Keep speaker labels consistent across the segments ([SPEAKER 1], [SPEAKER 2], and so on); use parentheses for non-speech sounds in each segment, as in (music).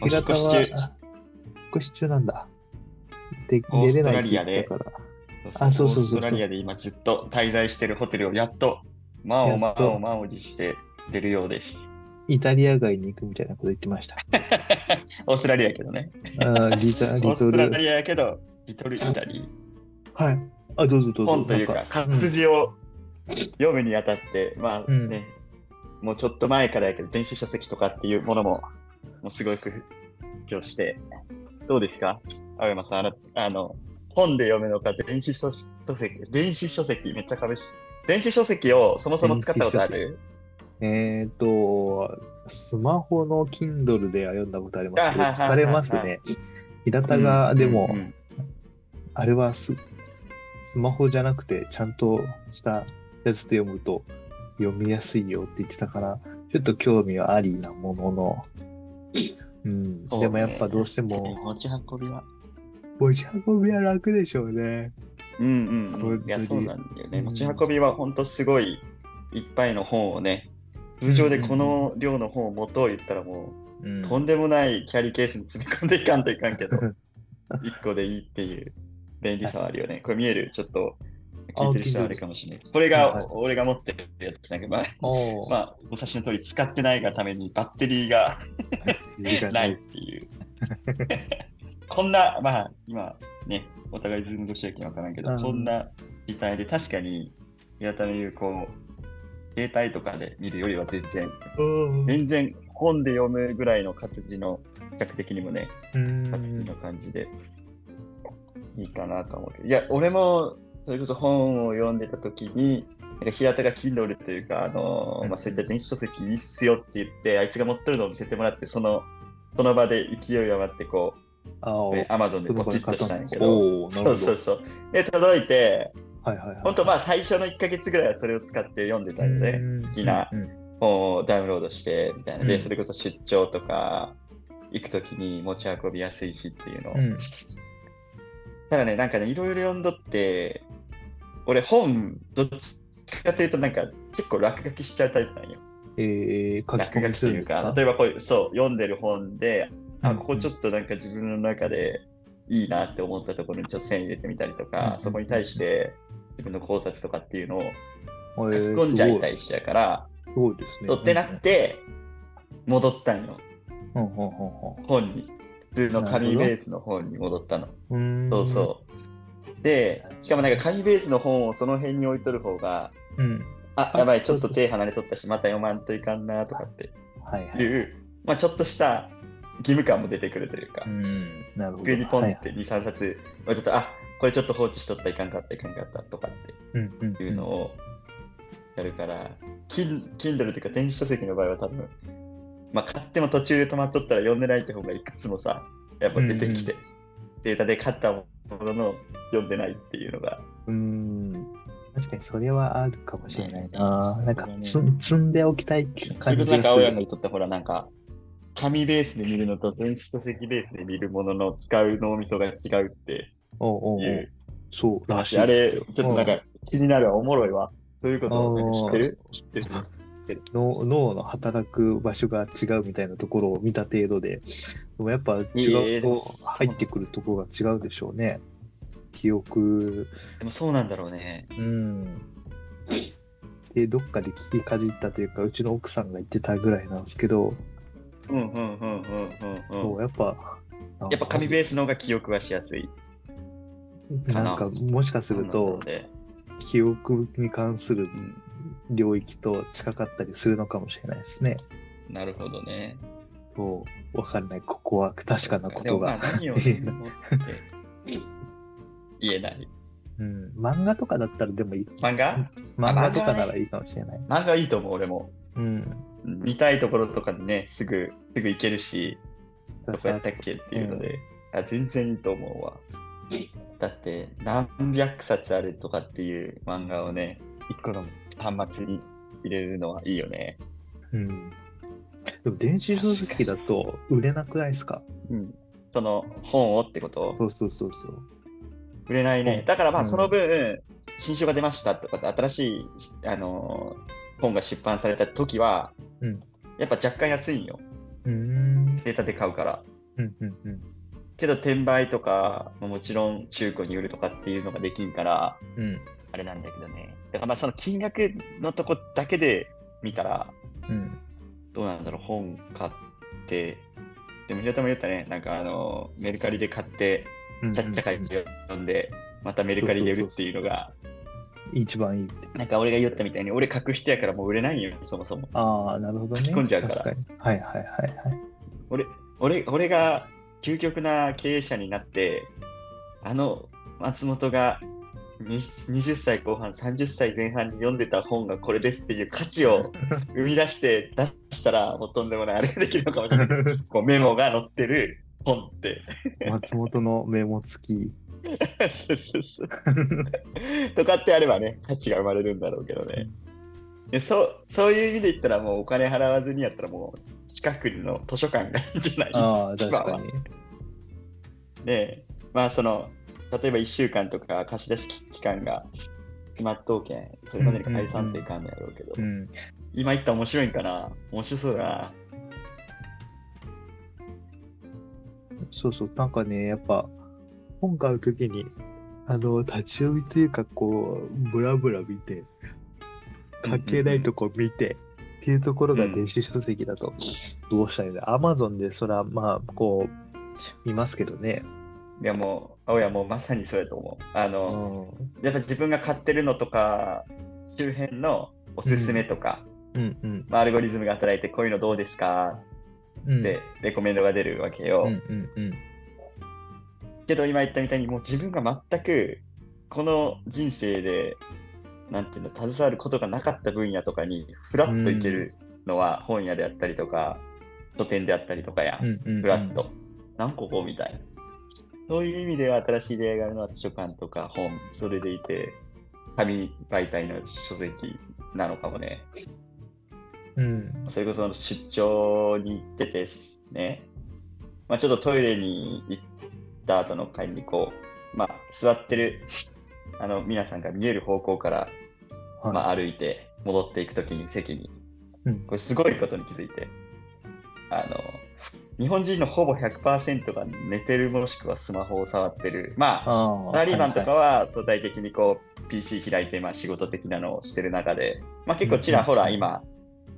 [SPEAKER 1] 明け方は
[SPEAKER 2] お引っ越し中
[SPEAKER 1] あ引っ越し中なんだ。で
[SPEAKER 2] オー
[SPEAKER 1] 出
[SPEAKER 2] ス
[SPEAKER 1] れ
[SPEAKER 2] ト
[SPEAKER 1] ない
[SPEAKER 2] ラ
[SPEAKER 1] って
[SPEAKER 2] リ
[SPEAKER 1] 言
[SPEAKER 2] ア
[SPEAKER 1] って
[SPEAKER 2] で
[SPEAKER 1] たから。
[SPEAKER 2] オ
[SPEAKER 1] あそうそうそうそう
[SPEAKER 2] ーストラリアで今ずっと滞在してるホテルをやっと、満を
[SPEAKER 1] や
[SPEAKER 2] 満
[SPEAKER 1] っと
[SPEAKER 2] を満を持して出るようです。
[SPEAKER 1] イタリア街に行くみたいなこと言ってました。
[SPEAKER 2] オーストラリアやけどね。
[SPEAKER 1] あーリ
[SPEAKER 2] (laughs) オ
[SPEAKER 1] タリ
[SPEAKER 2] ー
[SPEAKER 1] ト
[SPEAKER 2] ストラ
[SPEAKER 1] ル。
[SPEAKER 2] リアやけど、リトルイタリー。
[SPEAKER 1] はい。あ、どうぞどうぞ。
[SPEAKER 2] 本という
[SPEAKER 1] な
[SPEAKER 2] か
[SPEAKER 1] ん、
[SPEAKER 2] 活字を読むにあたって、まあ
[SPEAKER 1] うん
[SPEAKER 2] ね、もうちょっと前からやけど、電子書籍とかっていうものも、もうすごく今日して、どうですか青山さん、あの、あの本で読むのか、電子書書籍、電子書籍、めっちゃかぶし、電子書籍をそもそも使ったことある
[SPEAKER 1] うんえっ、と、スマホの Kindle では読んだことありますけど、
[SPEAKER 2] あはいはいはいはい
[SPEAKER 1] 疲れますね。平田が、
[SPEAKER 2] うん
[SPEAKER 1] でも、
[SPEAKER 2] うん
[SPEAKER 1] あれはススマホじゃなくて、ちゃんとしたやつで読むと読みやすいよって言ってたから、ちょっと興味はありなものの、うん、
[SPEAKER 2] そう
[SPEAKER 1] で
[SPEAKER 2] ね
[SPEAKER 1] もやっぱどうしても、
[SPEAKER 2] 持ち運びは。
[SPEAKER 1] 持ち運びは楽でしょうね。
[SPEAKER 2] うんうん
[SPEAKER 1] これ
[SPEAKER 2] うん、いやそうなんだよね、
[SPEAKER 1] うん
[SPEAKER 2] 持ち運びは本当すごいいっぱいの本をね通常でこの量の本を持とう言ったらも
[SPEAKER 1] う
[SPEAKER 2] うんとんでもないキャリーケースに詰め込んでいかんといか
[SPEAKER 1] (laughs)
[SPEAKER 2] んけど1個でいいっていう便利さはあるよねこれ見えるちょっと聞いてる人はあるかもしれないこれ
[SPEAKER 1] はい
[SPEAKER 2] が
[SPEAKER 1] はい
[SPEAKER 2] 俺が持ってるやつだけどまあ
[SPEAKER 1] おー
[SPEAKER 2] まあお察しの通り使ってないがためにバッテリーが
[SPEAKER 1] 時間
[SPEAKER 2] ないっていう。 (laughs) こんな、まあ、今、ね、お互いズームどっちだっけわからんけど、
[SPEAKER 1] うん
[SPEAKER 2] こんな事態で確かに、平田の言う、こう、携帯とかで見るよりは全然、
[SPEAKER 1] うん
[SPEAKER 2] 全然本で読むぐらいの活字の、比較的にもね、
[SPEAKER 1] うん
[SPEAKER 2] 活字の感じで、いいかなと思って。いや、俺も、それこそ本を読んでた時に、なんか平田が Kindle というか、あのーまあ、そういった電子書籍いいっすよって言って、あいつが持ってるのを見せてもらって、その、その場で勢い余って、こ
[SPEAKER 1] あー
[SPEAKER 2] う、ね、Amazon で
[SPEAKER 1] その
[SPEAKER 2] ポ
[SPEAKER 1] 場
[SPEAKER 2] チ
[SPEAKER 1] で
[SPEAKER 2] ッ
[SPEAKER 1] 買
[SPEAKER 2] とし
[SPEAKER 1] ったた
[SPEAKER 2] ん
[SPEAKER 1] ん
[SPEAKER 2] や
[SPEAKER 1] で
[SPEAKER 2] け
[SPEAKER 1] す
[SPEAKER 2] ど、
[SPEAKER 1] おーな
[SPEAKER 2] そ
[SPEAKER 1] るほ
[SPEAKER 2] う
[SPEAKER 1] ど
[SPEAKER 2] そうそう。で、届いて、
[SPEAKER 1] はいはいはい
[SPEAKER 2] 本当まあ最初の1ヶ月ぐらいはそれを使って読んでたんで、
[SPEAKER 1] うん
[SPEAKER 2] きな
[SPEAKER 1] うん
[SPEAKER 2] 本をダウンロードして、みたいな。
[SPEAKER 1] う
[SPEAKER 2] で、
[SPEAKER 1] ん
[SPEAKER 2] それこそ出張とか、行くときに持ち運びやすいしっていうのを、
[SPEAKER 1] うん
[SPEAKER 2] ただね、なんかね、いろいろ読んどって、俺本、どっちかというとなんか結構落書きしちゃうタイプなんよ。
[SPEAKER 1] えー、書
[SPEAKER 2] 落書きというか、
[SPEAKER 1] 例
[SPEAKER 2] 例
[SPEAKER 1] え
[SPEAKER 2] えばこういう、そう、読んでる本で、
[SPEAKER 1] ば
[SPEAKER 2] あ、ここちょ
[SPEAKER 1] っ
[SPEAKER 2] っとなんか自分の中でいいなって思ったところにちょっと線入れてみたり
[SPEAKER 1] う
[SPEAKER 2] と
[SPEAKER 1] んうん
[SPEAKER 2] か、
[SPEAKER 1] うん
[SPEAKER 2] そこに対して自分の考察とかっていうのを
[SPEAKER 1] と
[SPEAKER 2] 書き込んじゃいた
[SPEAKER 1] い。
[SPEAKER 2] りしちゃうから、
[SPEAKER 1] すごいですね。
[SPEAKER 2] とってなくて、戻ったんよ、
[SPEAKER 1] うんうんうんうん
[SPEAKER 2] 本に。普通の
[SPEAKER 1] なる
[SPEAKER 2] 紙
[SPEAKER 1] ほ
[SPEAKER 2] ベ
[SPEAKER 1] ど
[SPEAKER 2] ースの本に戻ったの。
[SPEAKER 1] うん
[SPEAKER 2] そうそう。で、しかもなんか紙ベースの本をその辺に置いとる方が、
[SPEAKER 1] う。うん。
[SPEAKER 2] あ、
[SPEAKER 1] あ
[SPEAKER 2] やばい、ちょっと手離れとったし、また読まんといかんなとかって
[SPEAKER 1] はいはいい。
[SPEAKER 2] う、まあちょっとした義務感も出てくるというか
[SPEAKER 1] う、ん。なるほど。
[SPEAKER 2] 急にポンっ
[SPEAKER 1] はい
[SPEAKER 2] て2、3冊、まあちょっと、あ、これちょっと放置しとったらいかんかった、いかんかったとかっ
[SPEAKER 1] うんうん
[SPEAKER 2] ていうのをやるから、Kin- Kindle というか電子書籍の場合は多分、まあ買っても途中で止まっとったら読んでないって方がいくつもさ、やっぱ出てきて、
[SPEAKER 1] うん
[SPEAKER 2] データで買ったものの読んでないっていうのが、
[SPEAKER 1] うん。うん確かにそれはあるかもしれないな。
[SPEAKER 2] ね
[SPEAKER 1] なんか
[SPEAKER 2] そうだね
[SPEAKER 1] つ積んでおきたい
[SPEAKER 2] それ
[SPEAKER 1] 感
[SPEAKER 2] こ
[SPEAKER 1] じ
[SPEAKER 2] そなん
[SPEAKER 1] がす
[SPEAKER 2] か青山
[SPEAKER 1] る。
[SPEAKER 2] にとってほらなんか紙ベースで見るのと電子書籍ベースで見るものの使う脳みそが違うって
[SPEAKER 1] おうおうお
[SPEAKER 2] いうう
[SPEAKER 1] そうらしい。
[SPEAKER 2] あれちょっとなんか気になるわおもろいわそういうことを
[SPEAKER 1] あー
[SPEAKER 2] 知ってる知ってる
[SPEAKER 1] 脳脳の働く場所が違うみたいなところを見た程度で、でもやっぱ
[SPEAKER 2] いえ
[SPEAKER 1] 違
[SPEAKER 2] いうえ
[SPEAKER 1] と入ってくるところが違うでしょうね。記憶、
[SPEAKER 2] でもそうなんだろうね
[SPEAKER 1] うん。で、どっかで聞きかじったというか、うちの奥さんが言ってたぐらいなんですけど、
[SPEAKER 2] うんうんうんうんうん
[SPEAKER 1] そううんやっぱ、
[SPEAKER 2] やっぱ紙ベースの方が記憶はしやすい
[SPEAKER 1] ー
[SPEAKER 2] かな
[SPEAKER 1] なんかもしかする
[SPEAKER 2] そうなん
[SPEAKER 1] と
[SPEAKER 2] だろう、ね
[SPEAKER 1] 記憶に関する
[SPEAKER 2] うん
[SPEAKER 1] 領域と近かったりするのかもしれないですね。
[SPEAKER 2] なるほどね
[SPEAKER 1] そう、わかんない、ここは不確かなこ
[SPEAKER 2] で
[SPEAKER 1] と
[SPEAKER 2] もまあ
[SPEAKER 1] が。
[SPEAKER 2] 何を言うのって (laughs) 言えない
[SPEAKER 1] うん、漫画とかだったらでもいい。
[SPEAKER 2] 漫画
[SPEAKER 1] 漫画と
[SPEAKER 2] 漫画は
[SPEAKER 1] か
[SPEAKER 2] ね
[SPEAKER 1] ならいいかもしれない。
[SPEAKER 2] 漫画いいと思う俺も
[SPEAKER 1] うん。
[SPEAKER 2] 見たいところとかにねすぐすぐ行けるしどこやったっけっていうので、あ全然いいと思うわ。だって何百冊あるとかっていう漫画をね、一個の端末に入れるのはいいよね。
[SPEAKER 1] うん。でも電子書籍だと売れなくないですか
[SPEAKER 2] うん、その本をってこと
[SPEAKER 1] そうそうそうそう。
[SPEAKER 2] 売れないね。だからま
[SPEAKER 1] う
[SPEAKER 2] あ
[SPEAKER 1] ん
[SPEAKER 2] その分、新書が出ましたとか新しい、あのー本が出版された時は、
[SPEAKER 1] うん
[SPEAKER 2] やっぱ若干安いんよ。
[SPEAKER 1] うーん。
[SPEAKER 2] データで買うから。
[SPEAKER 1] うんうんうん
[SPEAKER 2] けど転売とか、まあもちろん中古に売るとかっていうのができんから、
[SPEAKER 1] うん
[SPEAKER 2] あれなんだけどね。だからまあその金額のとこだけで見たら、
[SPEAKER 1] うん
[SPEAKER 2] どうなんだろう、本買って、でも平田も言ったね、なんかあの、メルカリで買って、
[SPEAKER 1] うん
[SPEAKER 2] ちゃっちゃ買いて読んで、またメルカリで売るっていうのが、
[SPEAKER 1] 一番いいって
[SPEAKER 2] なんか俺が言ったみたいに、俺隠してやからもう売れないよ、そもそも。
[SPEAKER 1] ああなるほどね
[SPEAKER 2] 書き込んじゃうから
[SPEAKER 1] 確にはいはいはいはい
[SPEAKER 2] 俺、俺、俺が究極な経営者になって、あの松本が20 20歳後半、30歳前半に読んでた本がこれですっていう価
[SPEAKER 1] (laughs)
[SPEAKER 2] 値を生み出して出したら、もうとんでもない、あれができるのかもしれ
[SPEAKER 1] (laughs)
[SPEAKER 2] ない。こうメモが載ってる本って。 (laughs)
[SPEAKER 1] 松本のメモ付き
[SPEAKER 2] そうそうそうとかってあればね、価値が生まれるんだろうけどね。いやそうそういう意味で言ったら、もうお金払わずにやったら、もう近くの図書館がいいんじゃない
[SPEAKER 1] ああ
[SPEAKER 2] 一
[SPEAKER 1] 確
[SPEAKER 2] 番
[SPEAKER 1] か
[SPEAKER 2] は
[SPEAKER 1] に
[SPEAKER 2] で、まあその、例えば1週間とか貸し出し期間が決まっとうけん、それまでに解散っていう感じやろうけど、
[SPEAKER 1] うん
[SPEAKER 2] 今言ったら面白いんかな面白そうだな。
[SPEAKER 1] そうそうなんかねやっぱ本買うときにあの立ち読みというかこうブラブラ見て関係ないとこ見て、っていうところが電子書籍だと、どうしたらいいんだ Amazon でそらまあこう見ますけどね、
[SPEAKER 2] いやもう、青やもうまさにそうやと思う。あ
[SPEAKER 1] う
[SPEAKER 2] の、
[SPEAKER 1] ん、
[SPEAKER 2] やっぱ自分が買ってるのとか、周辺のおすすめとか、
[SPEAKER 1] うんうん
[SPEAKER 2] まあ、アルゴリズムが働いてこういうのどうですか
[SPEAKER 1] うん
[SPEAKER 2] ってレコメンドが出るわけよ。
[SPEAKER 1] うんうんうん
[SPEAKER 2] けど今言ったみたいにもう自分が全くこの人生でなんていうの携わることがなかった分野とかにフラッといけるのは本屋であったりとか、書店であったりとかや、
[SPEAKER 1] うんうん
[SPEAKER 2] フラッと何個こうみたいなそういう意味では新しい出会いがあるのは図書館とか本それでいて紙媒体の書籍なのかもね
[SPEAKER 1] うん
[SPEAKER 2] それこそ出張に行ってですね、まあ、ちょっとトイレに行った後の会にこう、まあ、座ってるあの皆さんが見える方向から、
[SPEAKER 1] はい
[SPEAKER 2] まあ、歩いて戻っていくときに席に、
[SPEAKER 1] うん
[SPEAKER 2] これすごいことに気づいてあの日本人のほぼ100%が寝てるもしくはスマホを触ってるまあ
[SPEAKER 1] ああ
[SPEAKER 2] サラリーマンとかは相対的にこう PC 開いてまあ仕事的なのをしてる中で、まあ、結構ちらほら今、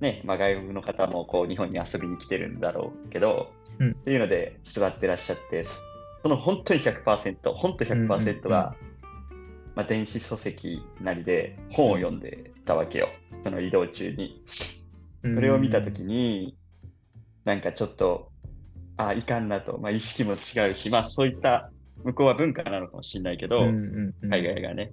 [SPEAKER 2] ねまあ、外国の方もこう日本に遊びに来てるんだろうけど、
[SPEAKER 1] うん
[SPEAKER 2] っていうので座ってらっしゃってそその本当に100%本当100%が、まあ、電子書籍なりで本を読んでたわけよその移動中に。
[SPEAKER 1] そ
[SPEAKER 2] それを見たときに、なんかちょっと、あいかんなと、まあ、意識も違うし、まあ、そういった向こうは文化なのかもしれないけど、海外がね。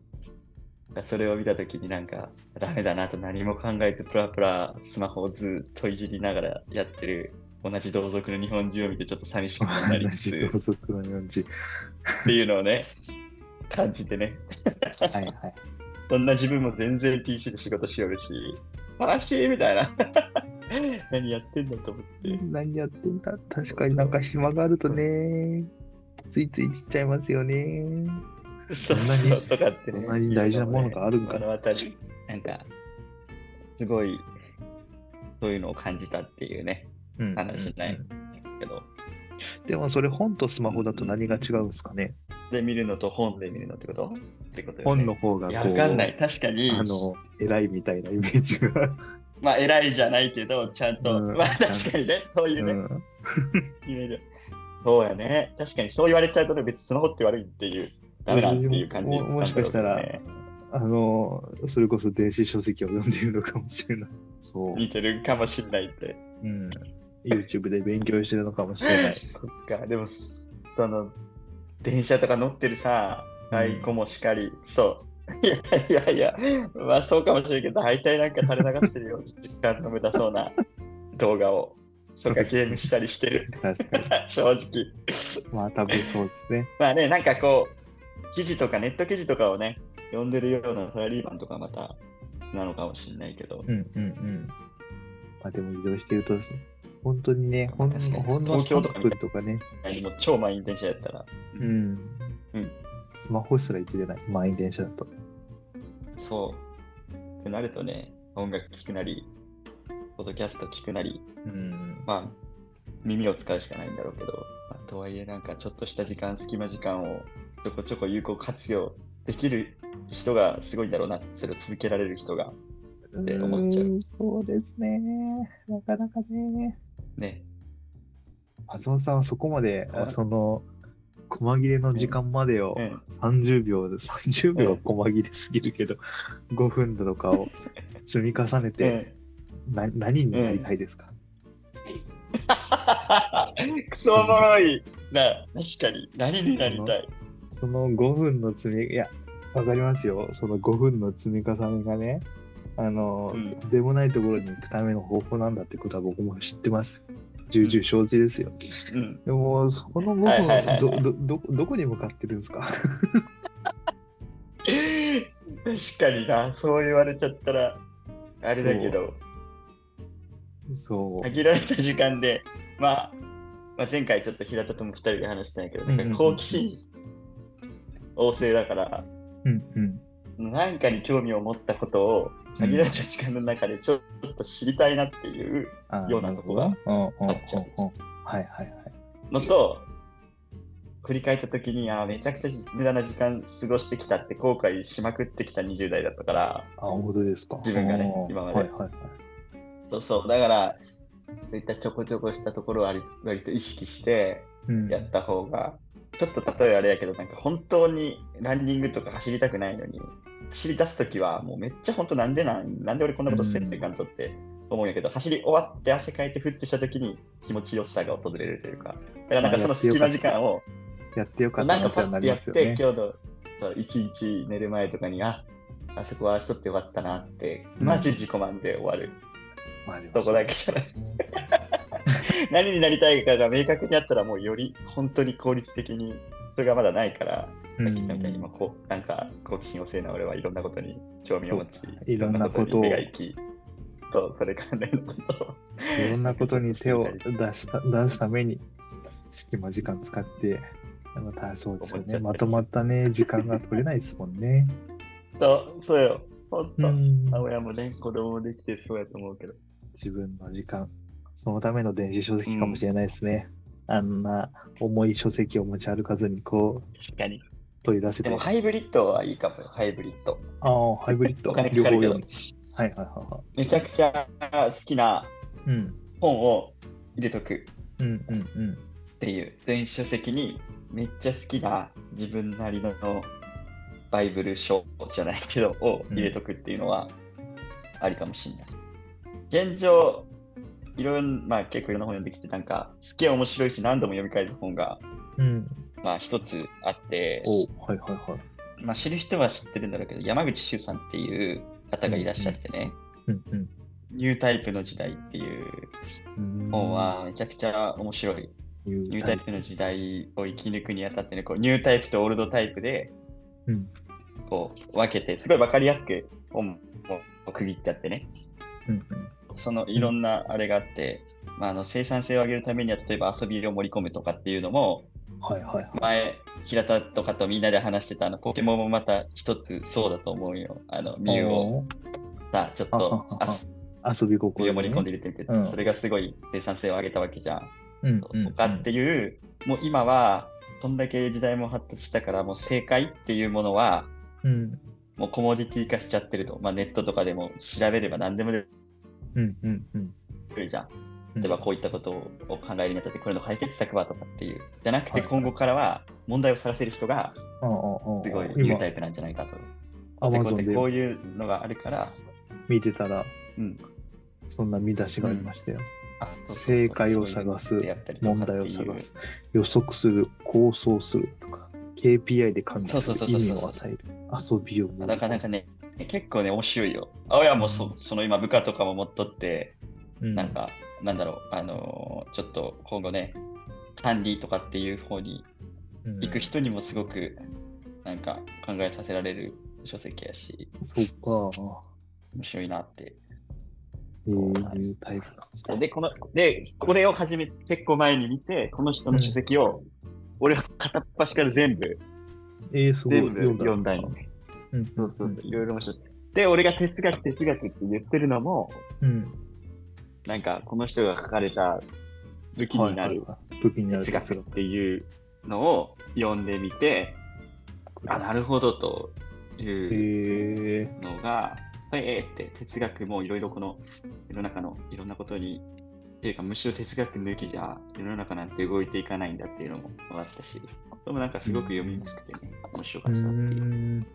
[SPEAKER 2] それを見たときになんか、ダメだなと何も考えて、プラプラスマホをずっといじりながらやってる、同じ同族の日本人を見てちょっと寂しくなり
[SPEAKER 1] (laughs) 同
[SPEAKER 2] つつ
[SPEAKER 1] じ
[SPEAKER 2] っ
[SPEAKER 1] 同族の
[SPEAKER 2] (laughs)
[SPEAKER 1] 四字
[SPEAKER 2] ていうのをね、感じてね、
[SPEAKER 1] はいはい
[SPEAKER 2] そんな自分も全然 PC で仕事しよるし、悲しいみたいな。 (laughs) 何やってんだと思って。
[SPEAKER 1] 何やってんだ確かになんか暇があるとねついついちっちゃいますよね
[SPEAKER 2] そ
[SPEAKER 1] んなに
[SPEAKER 2] とかってね
[SPEAKER 1] そんなに大事なものがあるんか
[SPEAKER 2] この辺り、なんか、すごい、そういうのを感じたっていうね、
[SPEAKER 1] うん
[SPEAKER 2] 話ないけど、
[SPEAKER 1] でもそれ本とスマホだと何が違うんですかね
[SPEAKER 2] で見るのと本で見るのってことってことよね
[SPEAKER 1] 本の方が
[SPEAKER 2] い
[SPEAKER 1] こ
[SPEAKER 2] や、
[SPEAKER 1] う
[SPEAKER 2] わかんない。確かに、
[SPEAKER 1] あの偉いみたいなイメージが、
[SPEAKER 2] まあ、偉いじゃないけど、ちゃんと、
[SPEAKER 1] うん
[SPEAKER 2] (laughs) まあ、確かにね、そういううね、
[SPEAKER 1] ん、
[SPEAKER 2] イメージそうやね。確かに、そう言われちゃうとね、別にスマホって悪いっていう、ダメだっていう感じ
[SPEAKER 1] ももしかしたら
[SPEAKER 2] なんだろうけどね
[SPEAKER 1] あのそれこそ電子書籍を読んでいるのかもしれないそう、
[SPEAKER 2] 似てるかもしれないって。
[SPEAKER 1] うん、YouTube で勉強してるのかもしれ (laughs) ない
[SPEAKER 2] (laughs) そっか、でも、その、電車とか乗ってるさ、太鼓もしかり、そう。 (laughs) いやいやいや、まあそうかもしれないけど、大体なんか垂れ流してるよ、 (laughs) 時間の無駄そうな動画を。とかゲームしたりしてる、 (laughs)
[SPEAKER 1] 確かに
[SPEAKER 2] 正直。
[SPEAKER 1] まあ多分そうですね
[SPEAKER 2] まあね、なんかこう、記事とかネット記事とかをね、読んでるようなサラリーマンとかまた、なのかもしれないけど、
[SPEAKER 1] うんうんうん。まあでも移動してると、本当にね、ほん
[SPEAKER 2] 確かに
[SPEAKER 1] ほんの
[SPEAKER 2] 東京とか
[SPEAKER 1] 3分とかね、
[SPEAKER 2] でも超満員電車やったら、
[SPEAKER 1] うん。
[SPEAKER 2] うん
[SPEAKER 1] スマホすらいじれない、満員電車だと。
[SPEAKER 2] そう。ってなるとね、音楽聴くなり、ポッドキャスト聴くなり、
[SPEAKER 1] うん。
[SPEAKER 2] まあ、耳を使うしかないんだろうけど、まあとはいえ、なんかちょっとした時間、隙間時間をちょこちょこ有効活用できる人がすごいんだろうな、それを続けられる人が。って思っちゃう
[SPEAKER 1] ーんそうですね。なかなかね。
[SPEAKER 2] ね。
[SPEAKER 1] 松本さんはそこまで、
[SPEAKER 2] は
[SPEAKER 1] あ
[SPEAKER 2] い
[SPEAKER 1] その、細切れの時間までを
[SPEAKER 2] うん。
[SPEAKER 1] 30秒で、30秒は細切れすぎるけど、5分とかを積み重ねて、な何になりたいですか、
[SPEAKER 2] (laughs) うん、クソおもろいな、確かに。何になりたい
[SPEAKER 1] その5分の積み、いや、わかりますよ。その5分の積み重ねがね、あの、
[SPEAKER 2] うん
[SPEAKER 1] とんでもないところに行くための方法なんだってことは僕も知ってます。重々承知ですよ。
[SPEAKER 2] うん。
[SPEAKER 1] でも、そこの5
[SPEAKER 2] はい
[SPEAKER 1] 分
[SPEAKER 2] はいはい
[SPEAKER 1] はど、ど、ど、どこに向かってるんですか (laughs)
[SPEAKER 2] 確かにな、そう言われちゃったら、あれだけど、
[SPEAKER 1] そう。
[SPEAKER 2] 限られた時間で、まあ、まあ、前回ちょっと平田とも2人で話したんやけど、
[SPEAKER 1] うんうん
[SPEAKER 2] なんか好奇心旺盛だから、
[SPEAKER 1] うんうん。
[SPEAKER 2] 何かに興味を持ったことを、限られた時間の中でちょっと知りたいなっていう
[SPEAKER 1] あー
[SPEAKER 2] ようなとこが
[SPEAKER 1] るほどうんうんうんうん
[SPEAKER 2] 立っちゃう
[SPEAKER 1] はいはいはい。
[SPEAKER 2] のと、繰り返した時に、あーめちゃくちゃ無駄な時間過ごしてきたって後悔しまくってきた20代だったから、
[SPEAKER 1] あ、本当ですか。
[SPEAKER 2] 自分がね
[SPEAKER 1] あー
[SPEAKER 2] 今まで
[SPEAKER 1] はいはいはい。
[SPEAKER 2] そうそう、だから、そういったちょこちょこしたところは割割と意識して
[SPEAKER 1] うん
[SPEAKER 2] やった方が、ちょっと例えあれやけど、なんか本当にランニングとか走りたくないのに、走り出す時はもうめっちゃ本当なんでなん、なんで俺こんなことしてんのいかんとって思うんやけど、走り終わって汗かいてふってした時に気持ちよさが訪れるというか、だからなんかその隙間時間を、
[SPEAKER 1] やってよかった
[SPEAKER 2] なん
[SPEAKER 1] な
[SPEAKER 2] か
[SPEAKER 1] って
[SPEAKER 2] パ
[SPEAKER 1] な
[SPEAKER 2] ッて
[SPEAKER 1] り
[SPEAKER 2] や
[SPEAKER 1] ま
[SPEAKER 2] っ
[SPEAKER 1] す
[SPEAKER 2] て、
[SPEAKER 1] よね。
[SPEAKER 2] 今日のそう一日寝る前とかに、ああそこはしとってよかったなって、
[SPEAKER 1] うん
[SPEAKER 2] マジ自己満で終わる。
[SPEAKER 1] まああり
[SPEAKER 2] そ
[SPEAKER 1] ます
[SPEAKER 2] こだけじゃない。 (laughs) 何になりたいかが明確にあったら、もうより本当に効率的に、それがまだないから、
[SPEAKER 1] う
[SPEAKER 2] さ
[SPEAKER 1] ん
[SPEAKER 2] っきみたいに今こう、なんか好奇心旺盛な俺はいろんなことに興味を持ち
[SPEAKER 1] そう、いろんなことを
[SPEAKER 2] いろんに目が行き、そう、それ関連のことを。 (laughs)
[SPEAKER 1] いろんなことに手を
[SPEAKER 2] ちょっと知り
[SPEAKER 1] 出した出すために、隙間時間使って、またそうですよ
[SPEAKER 2] 思っち
[SPEAKER 1] ね。
[SPEAKER 2] ゃった
[SPEAKER 1] まとまったね、時間が取れないですもんね。
[SPEAKER 2] たいそう、そうよ。本
[SPEAKER 1] う
[SPEAKER 2] 当。
[SPEAKER 1] ん
[SPEAKER 2] あ親もね、子供もできてそうやと思うけど。
[SPEAKER 1] 自分の時間、そのための電子書籍かもしれないですね。あんな重い書籍を持ち歩かずに、こう、
[SPEAKER 2] 確かに。
[SPEAKER 1] 取り出せ
[SPEAKER 2] で
[SPEAKER 1] て。
[SPEAKER 2] もハイブリッドはいいかもよ、ハイブリッド。
[SPEAKER 1] ああ、ハイブリッド。
[SPEAKER 2] お金かかるけ
[SPEAKER 1] 両
[SPEAKER 2] ど
[SPEAKER 1] 方読む、はいはいはいは。
[SPEAKER 2] めちゃくちゃ好きない
[SPEAKER 1] うん。
[SPEAKER 2] 本を入れとく
[SPEAKER 1] うんうんうん。
[SPEAKER 2] っていう、電子書籍にめっちゃ好きな自分なりのバイブル書じゃないけど、を入れとくっていうのはありかもしれない。現状、いろんまあ結構いろんな本読んできて、なんか、すっげえ面白いし、何度も読み返す本が、
[SPEAKER 1] うん。
[SPEAKER 2] まあ一つあって、
[SPEAKER 1] おはいはいはい。
[SPEAKER 2] まあ知る人は知ってるんだろうけど、山口周さんっていう方がいらっしゃってね、
[SPEAKER 1] うんうん
[SPEAKER 2] ニュータイプの時代っていう
[SPEAKER 1] うん。
[SPEAKER 2] 本はめちゃくちゃ面白い。
[SPEAKER 1] ニ
[SPEAKER 2] ニュータイプの時代を生き抜くにあたってね、こうニュータイプとオールドタイプで
[SPEAKER 1] うん
[SPEAKER 2] こう分けて、すごい分かりやすく本を区切ってあってね、
[SPEAKER 1] うん
[SPEAKER 2] そのいろんなあれがあって、まあ、あの生産性を上げるためには、例えば遊びを盛り込むとかっていうのも、
[SPEAKER 1] うん。はいはいはい。
[SPEAKER 2] 前、平田とかとみんなで話してたあのポケモンもまた一つそうだと思うよ。あの、ミュウを
[SPEAKER 1] おー
[SPEAKER 2] さ、ちょっ
[SPEAKER 1] あは
[SPEAKER 2] と
[SPEAKER 1] はは遊び
[SPEAKER 2] 遊
[SPEAKER 1] 心、
[SPEAKER 2] び
[SPEAKER 1] ね。
[SPEAKER 2] を盛り込んで入れてみて、
[SPEAKER 1] うん
[SPEAKER 2] それがすごい生産性を上げたわけじゃん。
[SPEAKER 1] うんうん
[SPEAKER 2] とかっていう、もう今はこんだけ時代も発達したからもう正解っていうものは
[SPEAKER 1] うん
[SPEAKER 2] もうコモディティ化しちゃってると、まあ、ネットとかでも調べれば何でも出て
[SPEAKER 1] うんうんうん。
[SPEAKER 2] くるじゃん
[SPEAKER 1] うん
[SPEAKER 2] 例えばこういったことを考えるにあたってこれの解決策はとかっていうじゃなく
[SPEAKER 1] はい
[SPEAKER 2] て今後からは問題を探せる人が
[SPEAKER 1] ああああ
[SPEAKER 2] すごいニュー
[SPEAKER 1] 今
[SPEAKER 2] タ、イプなんじゃないかと。
[SPEAKER 1] ア
[SPEAKER 2] で
[SPEAKER 1] マ
[SPEAKER 2] こ
[SPEAKER 1] ゾン
[SPEAKER 2] うやってこう
[SPEAKER 1] で
[SPEAKER 2] いうのがあるから、
[SPEAKER 1] 見てたら、
[SPEAKER 2] うん、
[SPEAKER 1] そんな見出しがありましたよ。
[SPEAKER 2] あそうそうそう
[SPEAKER 1] 正解を探す
[SPEAKER 2] そういうのやったりとか
[SPEAKER 1] 問題
[SPEAKER 2] っ
[SPEAKER 1] を
[SPEAKER 2] ていう
[SPEAKER 1] 探す、予測する、構想するとか、KPI で管理す
[SPEAKER 2] そうそ
[SPEAKER 1] る、
[SPEAKER 2] う
[SPEAKER 1] 意
[SPEAKER 2] そう
[SPEAKER 1] 味
[SPEAKER 2] そう
[SPEAKER 1] を与える、遊びを盛り込む
[SPEAKER 2] なかなかね、結構ね、面白いよ。青山もそその今、部下とかも持っとって、
[SPEAKER 1] うん、
[SPEAKER 2] なんか、なんだろう、あのーちょっと今後ね、管理とかっていう方に
[SPEAKER 1] うん
[SPEAKER 2] 行く人にもすごく、なんか考えさせられる書籍やし、
[SPEAKER 1] そうか。
[SPEAKER 2] 面白いなって。
[SPEAKER 1] えー、ニュータイプ
[SPEAKER 2] で、この、で、これを始め、結構前に見て、この人の書籍を、俺は片っ端から全部、
[SPEAKER 1] えー、すごい。
[SPEAKER 2] 全部読んだ
[SPEAKER 1] んで
[SPEAKER 2] よ
[SPEAKER 1] すか
[SPEAKER 2] ね。
[SPEAKER 1] うん、
[SPEAKER 2] そうそうそう、いろいろ面白い。で、俺が哲学、哲学って言ってるのも、
[SPEAKER 1] うん。
[SPEAKER 2] なんかこの人が書かれた武器になる
[SPEAKER 1] はいはい武器になる
[SPEAKER 2] 哲学
[SPEAKER 1] 哲
[SPEAKER 2] っていうのを読んでみて、
[SPEAKER 1] 学
[SPEAKER 2] あ、なるほどと
[SPEAKER 1] へ
[SPEAKER 2] いう
[SPEAKER 1] え
[SPEAKER 2] のが、えー、って哲学もいろいろこの世の中のいろんなことに、っていうかむしろ哲学抜きじゃ世の中なんて動いていかないんだっていうのも分かったし、でもなんかすごく読みやすくてね、面白か
[SPEAKER 1] う
[SPEAKER 2] ったっていう。
[SPEAKER 1] ん